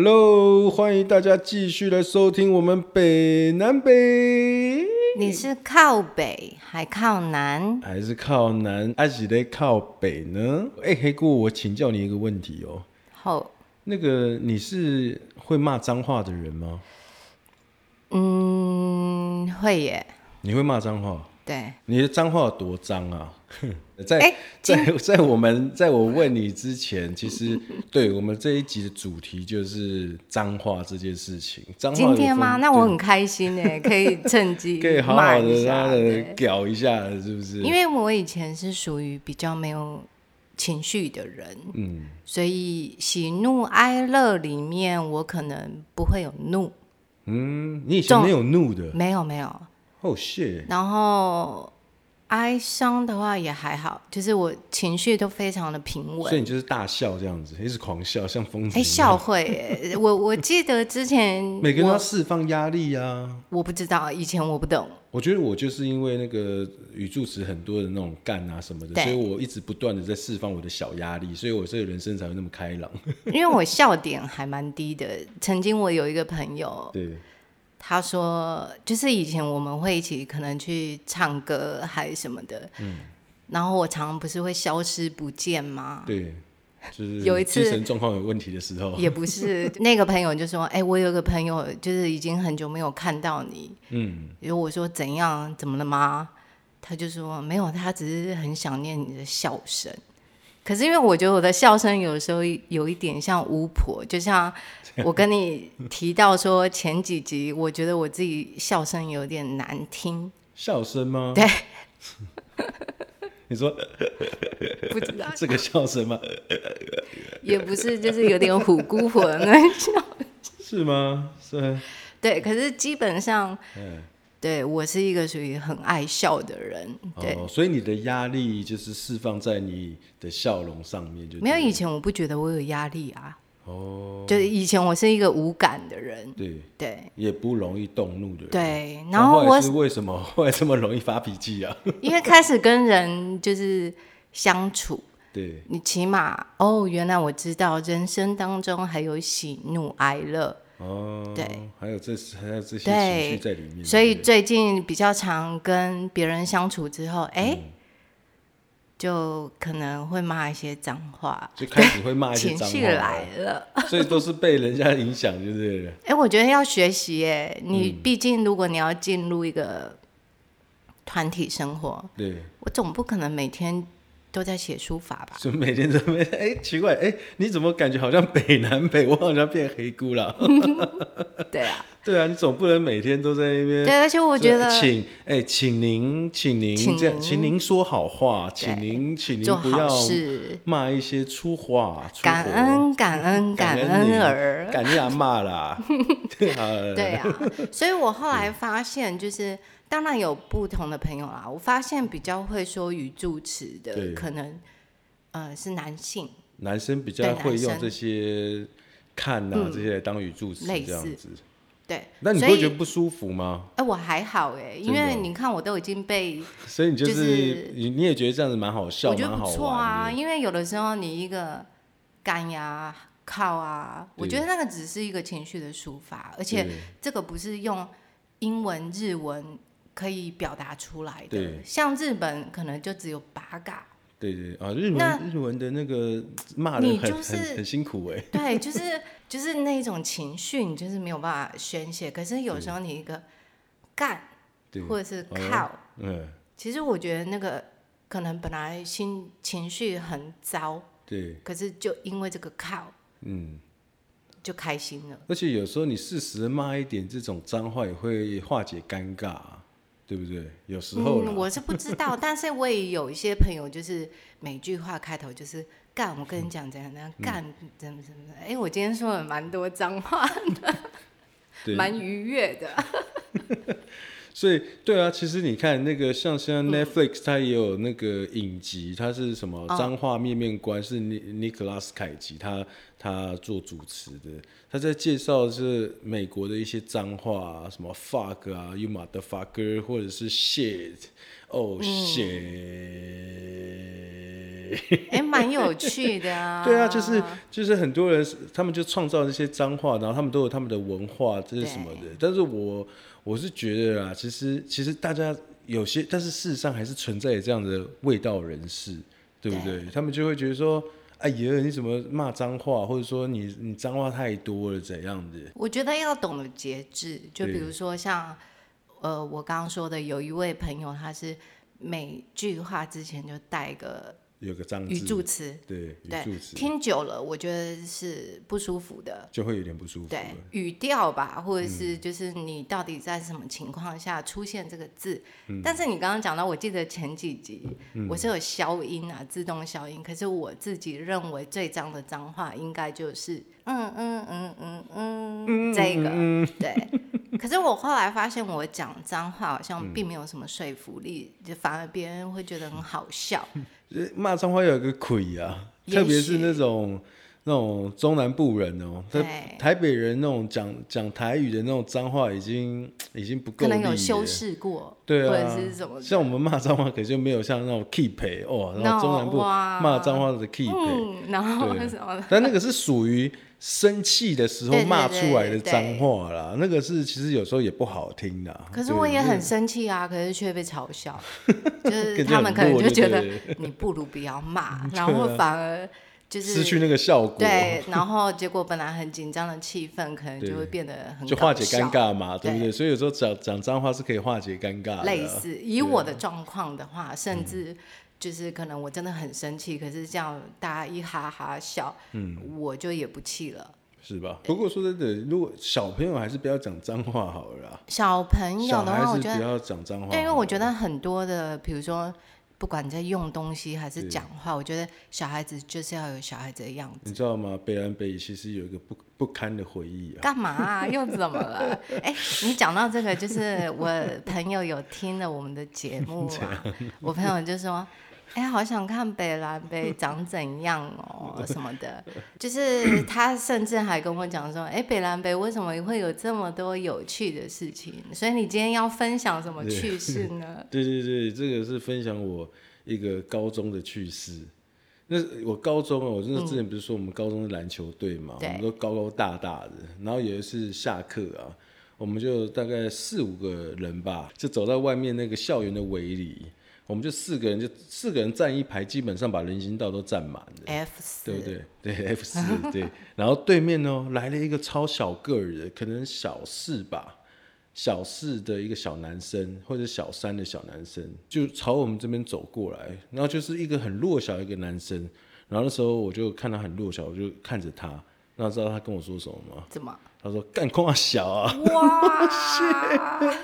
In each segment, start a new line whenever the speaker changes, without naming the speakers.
Hello，欢迎大家继续来收听我们北南北，
你是靠北还靠南？
还是靠南，还是得靠北呢？哎、黑姑，我请教你一个问题哦，
后
那个你是会骂脏话的人吗？
嗯会耶，
你会骂脏话？
对，
你的脏话有多脏啊？ 在、
哎
在 在我们在我问你之前，其实对我们这一集的主题就是脏话这件事情。脏话有
今天吗？
分
那我很开心哎，可以趁机
可以好
骂
好
一
的
下
让
对
的屌一下，是不是？
因为我以前是属于比较没有情绪的人，
嗯，
所以喜怒哀乐里面我可能不会有怒，
嗯，你以前没有怒的
没有没有，
哦 shit，
然后哀伤的话也还好，就是我情绪都非常的平稳
所以。你就是大笑这样子，一直狂笑，像疯子
哎，
一样。
校会耶，我我记得之前
每个人都要
我
释放压力啊！
我不知道，以前我不懂，
我觉得我就是因为那个语助词很多的那种干啊什么的，
对
所以我一直不断的在释放我的小压力，所以我这个人生才会那么开朗。
因为我笑点还蛮低的。曾经我有一个朋友，
对，
他说就是以前我们会一起可能去唱歌还什么的，
嗯
然后我常常不是会消失不见吗？
对，就是
有一次
精神状况有问题的时候，
也不是，那个朋友就说：“哎、我有个朋友，就是已经很久没有看到你。
嗯，”
然后我说：“怎样？怎么了吗？”他就说：“没有，他只是很想念你的笑声。”可是因为我觉得我的笑声有时候有一点像巫婆，就像我跟你提到说前几集，我觉得我自己笑声有点难听，
笑声吗？
对，
你说呃
不知道
这个笑声吗？
也不是，就是有点虎姑婆的那种。
是吗？是，
对，可是基本上，
嗯。
对我是一个属于很爱笑的人，对。
哦，所以你的压力就是释放在你的笑容上面就对了，
没有以前我不觉得我有压力啊，
哦，
就是以前我是一个无感的人，
对，
对
也不容易动怒的人。
对。
那
然后
来
我
是为什么 会这么容易发脾气啊？
因为开始跟人就是相处，
对，
你起码哦，原来我知道人生当中还有喜怒哀乐，
哦，
对，
还有这还有这些情绪
对
在里面，
所以
对
最近比较常跟别人相处之后，哎、
嗯
就可能会骂一些脏话，
就开始会骂一些
情
脏
绪
话
来
了，
了。
所以都是被人家影响，对不对？
哎、我觉得要学习耶。你
嗯
毕竟如果你要进入一个团体生活，
对，
我总不可能每天都在写书法吧？
所以每天都被哎奇怪哎，你怎么感觉好像北南北，我好像变黑姑了？
对啊，
对啊，你总不能每天都在那边
对，而且我觉得
请哎、请您，请您
请
这样，
您
请您说好话，
对
请您，请您
做
不
好
要
事，
骂一些粗话、粗
感
活，
恩感恩
感
感恩
儿，
儿。
感恩阿骂 啦，对啊，
对 啊，所以我后
嗯
来发现，就是当然有不同的朋友啦。我发现比较会说语助词
对
的，可能呃是男性，
男生比
对
较
男
会用
生嗯
这些看呐、这些来当语助词
类
这样
似
子。
对。
那你不
所
会
以
觉得不舒服吗？
哎、我还好哎、因
真的
为
哦
你看我都已经被
所以你就
就是是
你，你也觉得这样子蛮好笑，
我觉得
蛮
不
好
错啊，
玩的。
因为有的时候你一个干呀、靠啊，我
对
觉得那个只是一个情绪的抒发，而且
对
这个不是用英文、日文可以表达出来
对
的。像日本可能就只有八 嘎，
对对啊，日
那
文日文的那个骂人
你
很、
就是
很很辛苦哎、
对，就是就是那种情绪，你就是没有办法宣泄。可是有时候你一个干
对，
或者是
哎呦
靠，
嗯，
其实我觉得那个可能本来心情绪很糟，
对，
可是就因为这个靠
嗯。
就开心了。
而且有时候你适时地骂一点这种脏话，也会化解尴尬啊、对不对？有时候啦，
嗯、我是不知道，但是我也有一些朋友，就是每句话开头就是“干”，我跟你讲怎样
嗯
怎样，干怎么怎么的。哎、我今天说了蛮多脏话，
对，
蛮愉悦的。
所以对啊，其实你看那个像现
嗯
在 Netflix 它也有那个影集，它是什么
哦
脏话面面观，是尼尼克拉斯凯奇他他做主持的，他在介绍是美国的一些脏话、啊，什么 fuck 啊，you
嗯
motherfucker，或者是 shit，oh 哦 shit。
哎，蛮有趣的 啊。
对啊，就是就是很多人是，他们就创造这些脏话，然后他们都有他们的文化，这是什么的。但是我我是觉得啊，其实其实大家有些，但是事实上还是存在这样的味道人士，对不对？他们就会觉得说，哎呀，你怎么骂脏话，或者说你你脏话太多了，怎样的？
我觉得要懂得节制，就
对
比如说像呃，我刚刚说的，有一位朋友，他是每句话之前就带一个
有个脏
语
字，
助词，
对，语
对
助，词
听久了我觉得是不舒服的。
就会有点不舒服
对
了。
语调吧，或者是就是你到底在什么情况下出现这个字？但是你刚刚讲到，我记得前几集、我是有消音啊，自动消音。可是我自己认为最脏的脏话应该就是嗯嗯嗯嗯嗯这个、对。 可是我后来发现，我讲脏话好像并没有什么说服力，就反而别人会觉得很好笑。
呃骂脏话有一个鬼啊，
也
特别是
许
那种那种中南部人哦、他
对
台北人那种讲讲台语的那种脏话已经已经不够
可
力
能有
了
修饰过，
对啊，
或者是什么的
像我们骂脏话，可就没有像那种 keep 哦，然后
No，
中南部
哇
骂脏话的 keep，、
嗯，然后
对
什么的。
但那个是属于生气的时
对
候
对
骂出来的
对对
脏话啦，那个是其实有时候也不好听的啊。
可是
对
我也很生气啊，可是却被嘲 笑，就是
感觉
他们
很
可能
弱
就
就
觉
对啊
得你不如不要 骂，然后反而就
失
是
去那个效果，
对，然后结果本来很紧张的气氛，可能就会变得很
就化解
搞笑
尴。尬嘛，对不
对
对？所以有时候讲讲脏话是可以化解尴尬的啊，嗯
类似以我的状况的话，甚至就是可能我真的很生气，可是这样大家一哈哈笑，嗯，我就也不气了。
是吧？不过说真的，如果小朋友还是不要讲脏话好了啦，
小朋友
小
的
孩
话，我
是
觉得
不要讲脏话好了，哦
对，因为我觉得很多的，比如说，不管你在用东西还是讲话，我觉得小孩子就是要有小孩子的样子。
你知道吗？北兰北语其实有一个不不堪的回忆啊。
干嘛、啊？又怎 么了？哎、你讲到这个，就是我朋友有听了我们的节目嘛，我朋友就说：“哎、好想看北蓝北长怎样 哦，什么的。”就是他甚至还跟我讲说：“哎、北蓝北为什么会有这么多有趣的事情？所以你今天要分享什么 趣事呢？”
对对对，这个是分享我一个高中的趣事。那是我高中啊，我真的之前不是说我们高中是篮球队嘛，
嗯对
我们都高高大大的。然后有一次下课啊，我们就大概四五个人吧，就走到外面那个校园的围里，我们就四个人就四个人站一排，基本上把人行道都占满了。
F 四
对不对？对 F 四对，然后对面呢来了一个超小个儿的，可能小四吧，小四的一个小男生或者小三的小男生，就朝我们这边走过来，然后就是一个很弱小的一个男生，然后那时候我就看他很弱小，我就看着他，那知道他跟我说什么吗？
怎么？
他说干空啊小啊，
哇，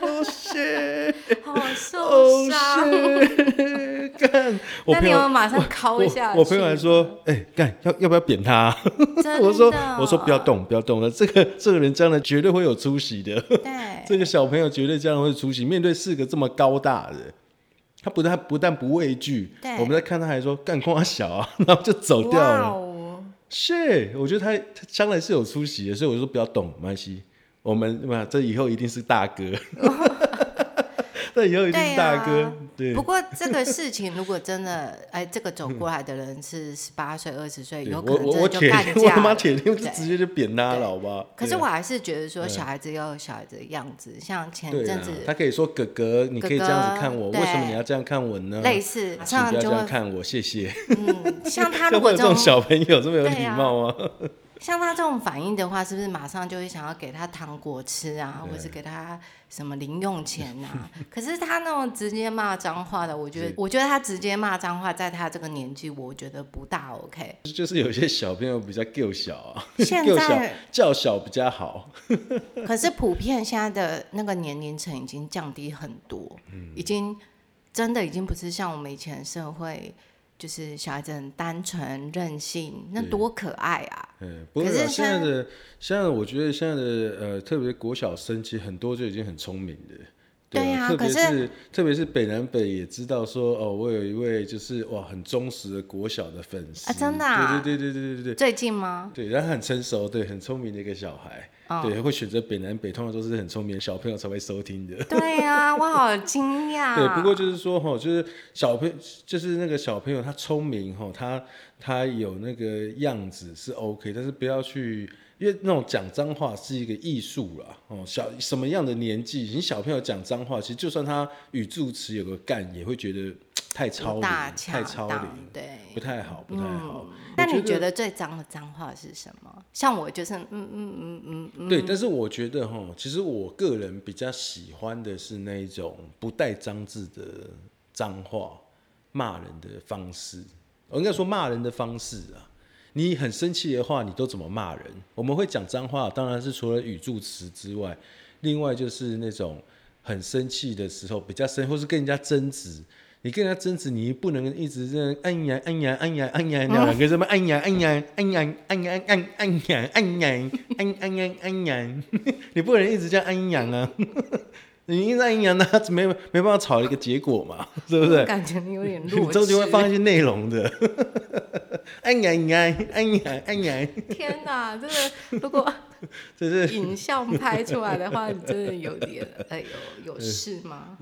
哦谢
好 受
哦
伤！
谢，干，我
那
朋
你
友
有马上敲下
我我朋友还
去
说，哎、干要要不要扁他、啊
真的
我说我说不要动不要动了，这个这个人将来绝对会有出息的，
对，
这个小朋友绝对将来会出息。面对四个这么高大的，他不但不但不畏惧
对，
我们在看他还说干空他小啊，然后就走掉
哇
了。
哦，
是，我觉得他他将来是有出息的，所以我说不要动，没关系，我们嘛这以后一定是大 哥，这以后一定是大
对
哥
啊，
对
不过这个事情如果真的，哎，这个走过来的人是十八岁、二十岁，
嗯对
有
我
可能
我
真
我
的
铁
就干
定，我
架
他妈
了。
铁定就
对
直接就扁他
对
了，好不好？
可是
对
我还是觉得说，小孩子要有小孩子的样子，像前
对
阵
啊
子，
他可以说哥哥，你可以这样子看我，
哥哥
为什么你要这样看我呢？
类似，这
请
样
不要
就
这样
会，
看我，谢谢。
嗯，像 他
会
如
有
果
这
这
种
种
小朋友这么有
对
礼
啊
貌吗？
像他这种反应的话，是不是马上就会想要给他糖果吃啊，或是给他什么零用钱啊？可是他那种直接骂脏话的，我觉得，我觉得他直接骂脏话，在他这个年纪，我觉得不大 OK。
就是有些小朋友比较够小啊，
现
够小
在，
较小比较好。
可是普遍现在的那个年龄层已经降低很多，
嗯
已经真的已经不是像我们以前社会，就是小孩子很单纯任性，那多可爱啊！
嗯，不过
可是
现在
像
的现在的我觉得现在的呃，特别国小生，其实很多就已经很聪明的，对
对
啊
啊
特别
可
是
是
特别是北南北也知道说哦，我有一位就是哇很忠实的国小的粉丝
啊真的啊
对对对对对对对
最近吗？
对，然后很成熟，对，很聪明的一个小孩，
哦
对，会选择北南北，通常都是很聪明的小朋友才会收听的。
对呀、我好惊讶。
对，不过就是说哈，就是小朋就是那个小朋友他聪明哈，他他有那个样子是 OK，但是不要去，因为那种讲脏话是一个艺术啦。哦，小什么样的年纪，你小朋友讲脏话，其实就算他语助词有个干，也会觉得太超龄
大，
太
强
超
大
龄，
对。
不太好，不太好。
那
我
你觉得最脏的脏话是什么？像我就是嗯嗯嗯嗯嗯，
对，但是我觉得哈，其实我个人比较喜欢的是那一种不带脏字的脏话骂人的方式。我应该说骂人的方式啊，你很生气的话，你都怎么骂人？我们会讲脏话，当然是除了语助词之外，另外就是那种很生气的时候，比较生，或是跟人家争执。你跟人家争执，你不能一直这样按呀按呀按呀按呀，两个人什么按呀按呀按呀按呀按按呀按呀按按呀按呀，你不能一直这样按呀啊！你一直按呀，那没没办法吵一个结果嘛，对不对
我？感觉你 有点弱
你
智。
中间会放一些内容的。 哎呀呀，哎呀哎呀，
天哪，这个如 果
这是
影像拍出来的话，你真的有点哎呦，有
嗯
事吗？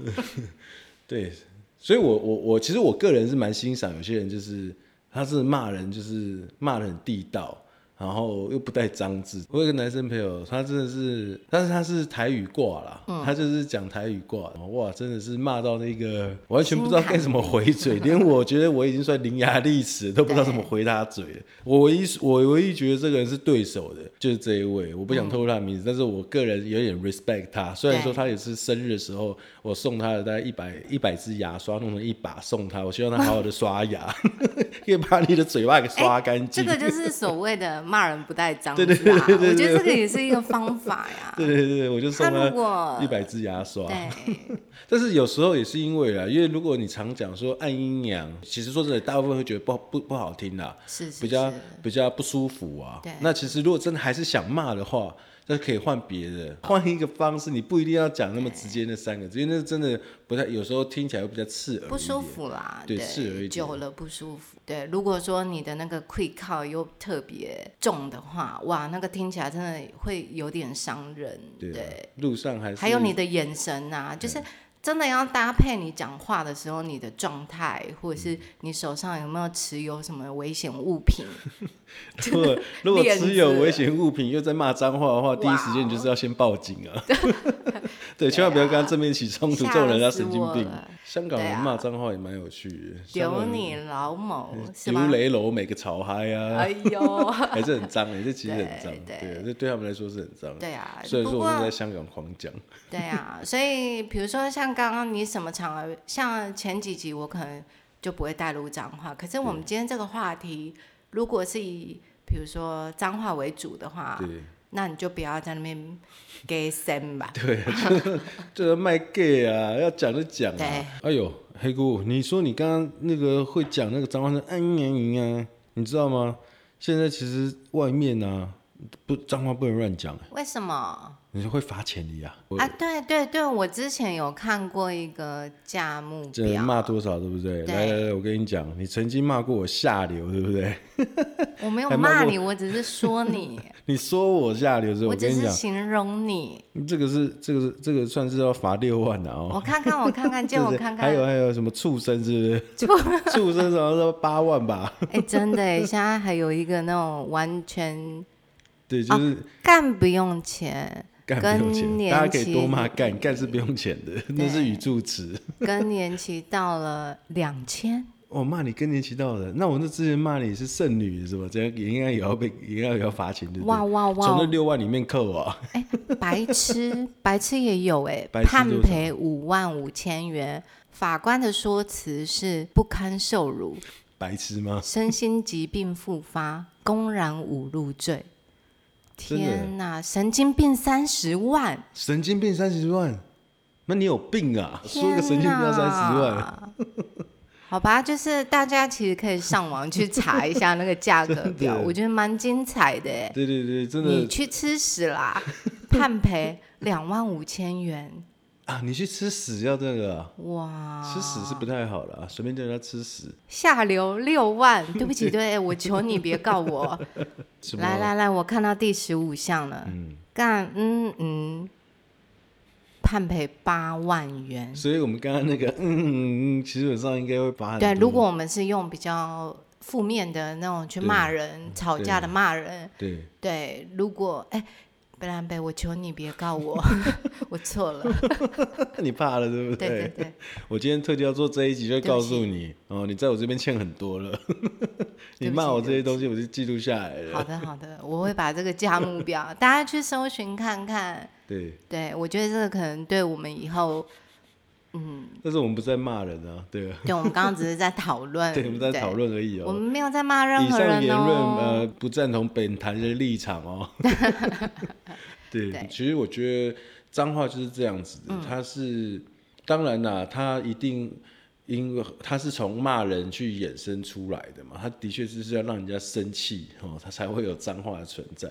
对，所以我我我其实我个人是蛮欣赏有些人，就是他是骂人，就是骂的很地道，然后又不带脏字。我有一个男生朋友，他真的是，但是他是台语挂啦，他就是讲台语挂，哇，真的是骂到那个完全不知道该怎么回嘴，连我觉得我已经算伶牙俐齿，都不知道怎么回他嘴了。我唯一我唯一觉得这个人是对手的，就是这一位，我不想透露他的名字，但是我个人有点 respect 他，虽然说
对
他也是生日的时候，我送他的大概一百一百支牙刷，弄成一把送他，我希望他好好的刷牙， 可以把你的嘴巴给刷干
这
净。
个就是所谓的骂人不带脏字
对
啊。
对对对对
我觉得这个也是一个方法呀。
对对对对，我就送
他如果
一百支牙刷。
对，
但是有时候也是因为啊，因为如果你常讲说按阴阳，其实说真的，大部分会觉得不好不不好听啦，
是是是
比较比较不舒服啊
对。
那其实如果真的还是想骂的话，那可以换别的，换一个方式，你不一定要讲那么直接那三个字，因为那真的不太，有时候听起来会比较刺耳一点，
不舒服啦，
对是有一点
久了不舒服。对，如果说你的那个溃靠又特别重的话，哇，那个听起来真的会有点伤人。
对啊嗯路上还是
还有你的眼神啊，就是真的要搭配你讲话的时候你的状态，或者是
嗯
你手上有没有持有什么危险物 品。
如果如果
链子
持有危险物品又在骂脏话
哦
的话，第一时间你就是要先报警 啊！ 对，千万不要跟他正面起冲突，
啊吓
这
死
种人要神经
我
病
了。
香港
对
人
啊
骂脏话也蛮有趣的，香
丢
港人嗯
你老母是
丢
吧？
雷楼每个潮嗨 啊，
哎 呦，
还是很脏哎，这其实很脏，
对
对，这对他们来说是很脏。
对啊，
虽然
不
说
过
我是在香港狂讲，
对啊，所以比如说像刚刚你什么场合，像前几集我可能就不会带入脏话，可是我们今天这个话题，如果是以比如说脏话为主的话，
对。
那你就不要在那边给生吧。
就是卖 gay 啊，要讲就讲
对
啊。哎呦，黑姑，你说你刚刚那个会讲那个脏话是嗯嗯嗯啊，你知道吗？现在其实外面啊，不脏话不能乱讲，
为什么？
你会罚钱的呀、我
啊，对对对，我之前有看过一个价目
这人
表，
骂多少，对不对？
对
来来来，我跟你讲，你曾经骂过我下流，对不对？
我没有
还骂
骂
过
你，我只是说你，
你说我下流， 是不是
我
我
只
跟你
是
讲，
形容你。
这个是这个是这个算是要罚六万的哦。
我看看，我看 看，借我
对对
看
还
看
有。还有什么畜生是不是？ 畜生好像是八万 吧？
哎、真的哎，现在还有一个那种完全
对，就是
干不用钱，
干不用
哦更
钱，
年
大家可以
期
多骂干，干是不用钱的，那是语助词。
更年期到了两千，
我、哦骂你更年期到了，那我那之前骂你是剩女是吧？这样也应该也要被，也要也要罚钱对不对？
哇哇哇
从那六万里面扣啊！
哎，白痴，白痴也有哎、
白痴多少
判赔五万五千元。法官的说辞是不堪受辱，
白痴吗？
身心疾病复发，公然侮辱罪。
真的
天哪，神经病三十万！
神经病三十万，那你有病啊！说个神经病要三十万，
万。好吧，就是大家其实可以上网去查一下那个价 格表，我觉得蛮精彩的耶。
对对对，真
你
的
去吃屎啦！判赔两万五千元，
啊，你去吃屎要这个、啊，
哇，
吃屎是不太好的啊，随便叫人家吃屎，
下流 六万，对不起，对哎我求你别告我。
什么
来来来，我看到第十五项了，干嗯嗯，判赔八万元。
所以我们刚刚那个，嗯，嗯嗯基本上应该会把很
对，啊
多
如果我们是用比较负面的那种去骂人、吵架的骂人，
对
对，如果哎，贝兰贝，我求你别告我， 我错了，
你怕了， 对不
对对对，
我今天特地要做这一集，就
不起
告诉你哦，你在我这边欠很多了， 你
对不
骂
起
我
对
这些东西，我就记录下来了。
好的好的，我会把这个价目表，大家去搜寻看看。
对，
对，我觉得这个可能对我们以后，嗯，
但是我们不是在骂人啊，对啊，
对我们刚刚只是在讨 论，
对，我们在讨，论而已
嗯我
哦。
们没有在骂任
以
何
上
人
言论
哦。
呃不赞同本台的立场哦。 对，
对嗯
其实我觉得脏话就是这样子的，它是当然啦，它一定因为它是从骂人去衍生出来的嘛，它的确就是要让人家生气哦，它才会有脏话的存 在。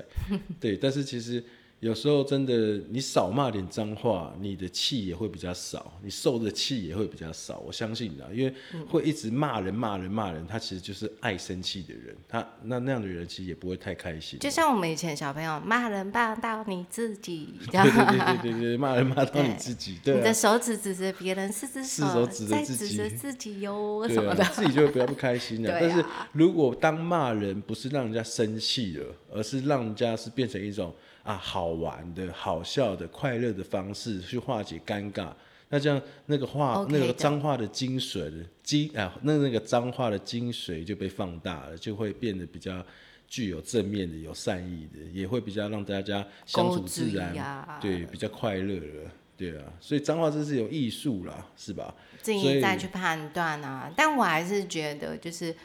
对，但是其实有时候真的你少骂点脏话，你的气也会比较少，你受的气也会比较少。我相信的，因为会一直骂人、骂人、骂人，他其实就是爱生气的人，他那那样的人其实也不会太开心。
就像我们以前小朋友骂人骂到你 自己，这样
对对对对对对，骂人骂到你
对
自己，
你
对
的
啊，
手指指着别人，四只
四手指着
在
自己
指着自己哟 什
对
么
啊
的。，
自己就会比较不开心的、
对啊
但是如果当骂人不是让人家生气了，而是让人家是变成一种啊好玩的、好笑的、快乐的方式去化解尴尬，那这样那个话
OK
那个
的
脏话的精髓精啊，那那个脏话的精髓就被放大了，就会变得比较。具有正面的、有善意的，也会比较让大家相处
勾
自
嘴
然，
呀
对，比较快乐了，对啊，所以脏话真是有艺术啦，是吧？
自
所以
己再去判断啊。但我还是觉得，就是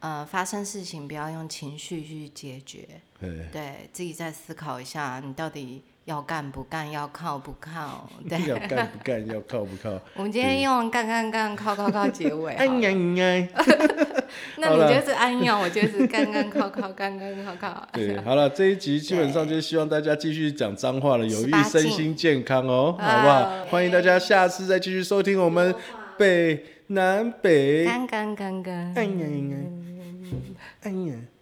呃，发生事情不要用情绪去解决，
对，
对自己再思考一下，你到底要干不干，要靠不靠？ 对，
要干不干，要靠不靠。
我们今天用干干干、靠靠靠结尾
哎
好了。
呀呀！
那
好了
你就是安样，我就是干干靠靠，干干靠靠。
对，好了，这一集基本上就是希望大家继续讲脏话了，有益
18
身心健康哦，
禁
好不好
哦？
欢迎大家下次再继续收听我们北南北。嗯
干干干干。
哎呀呀！哎呀！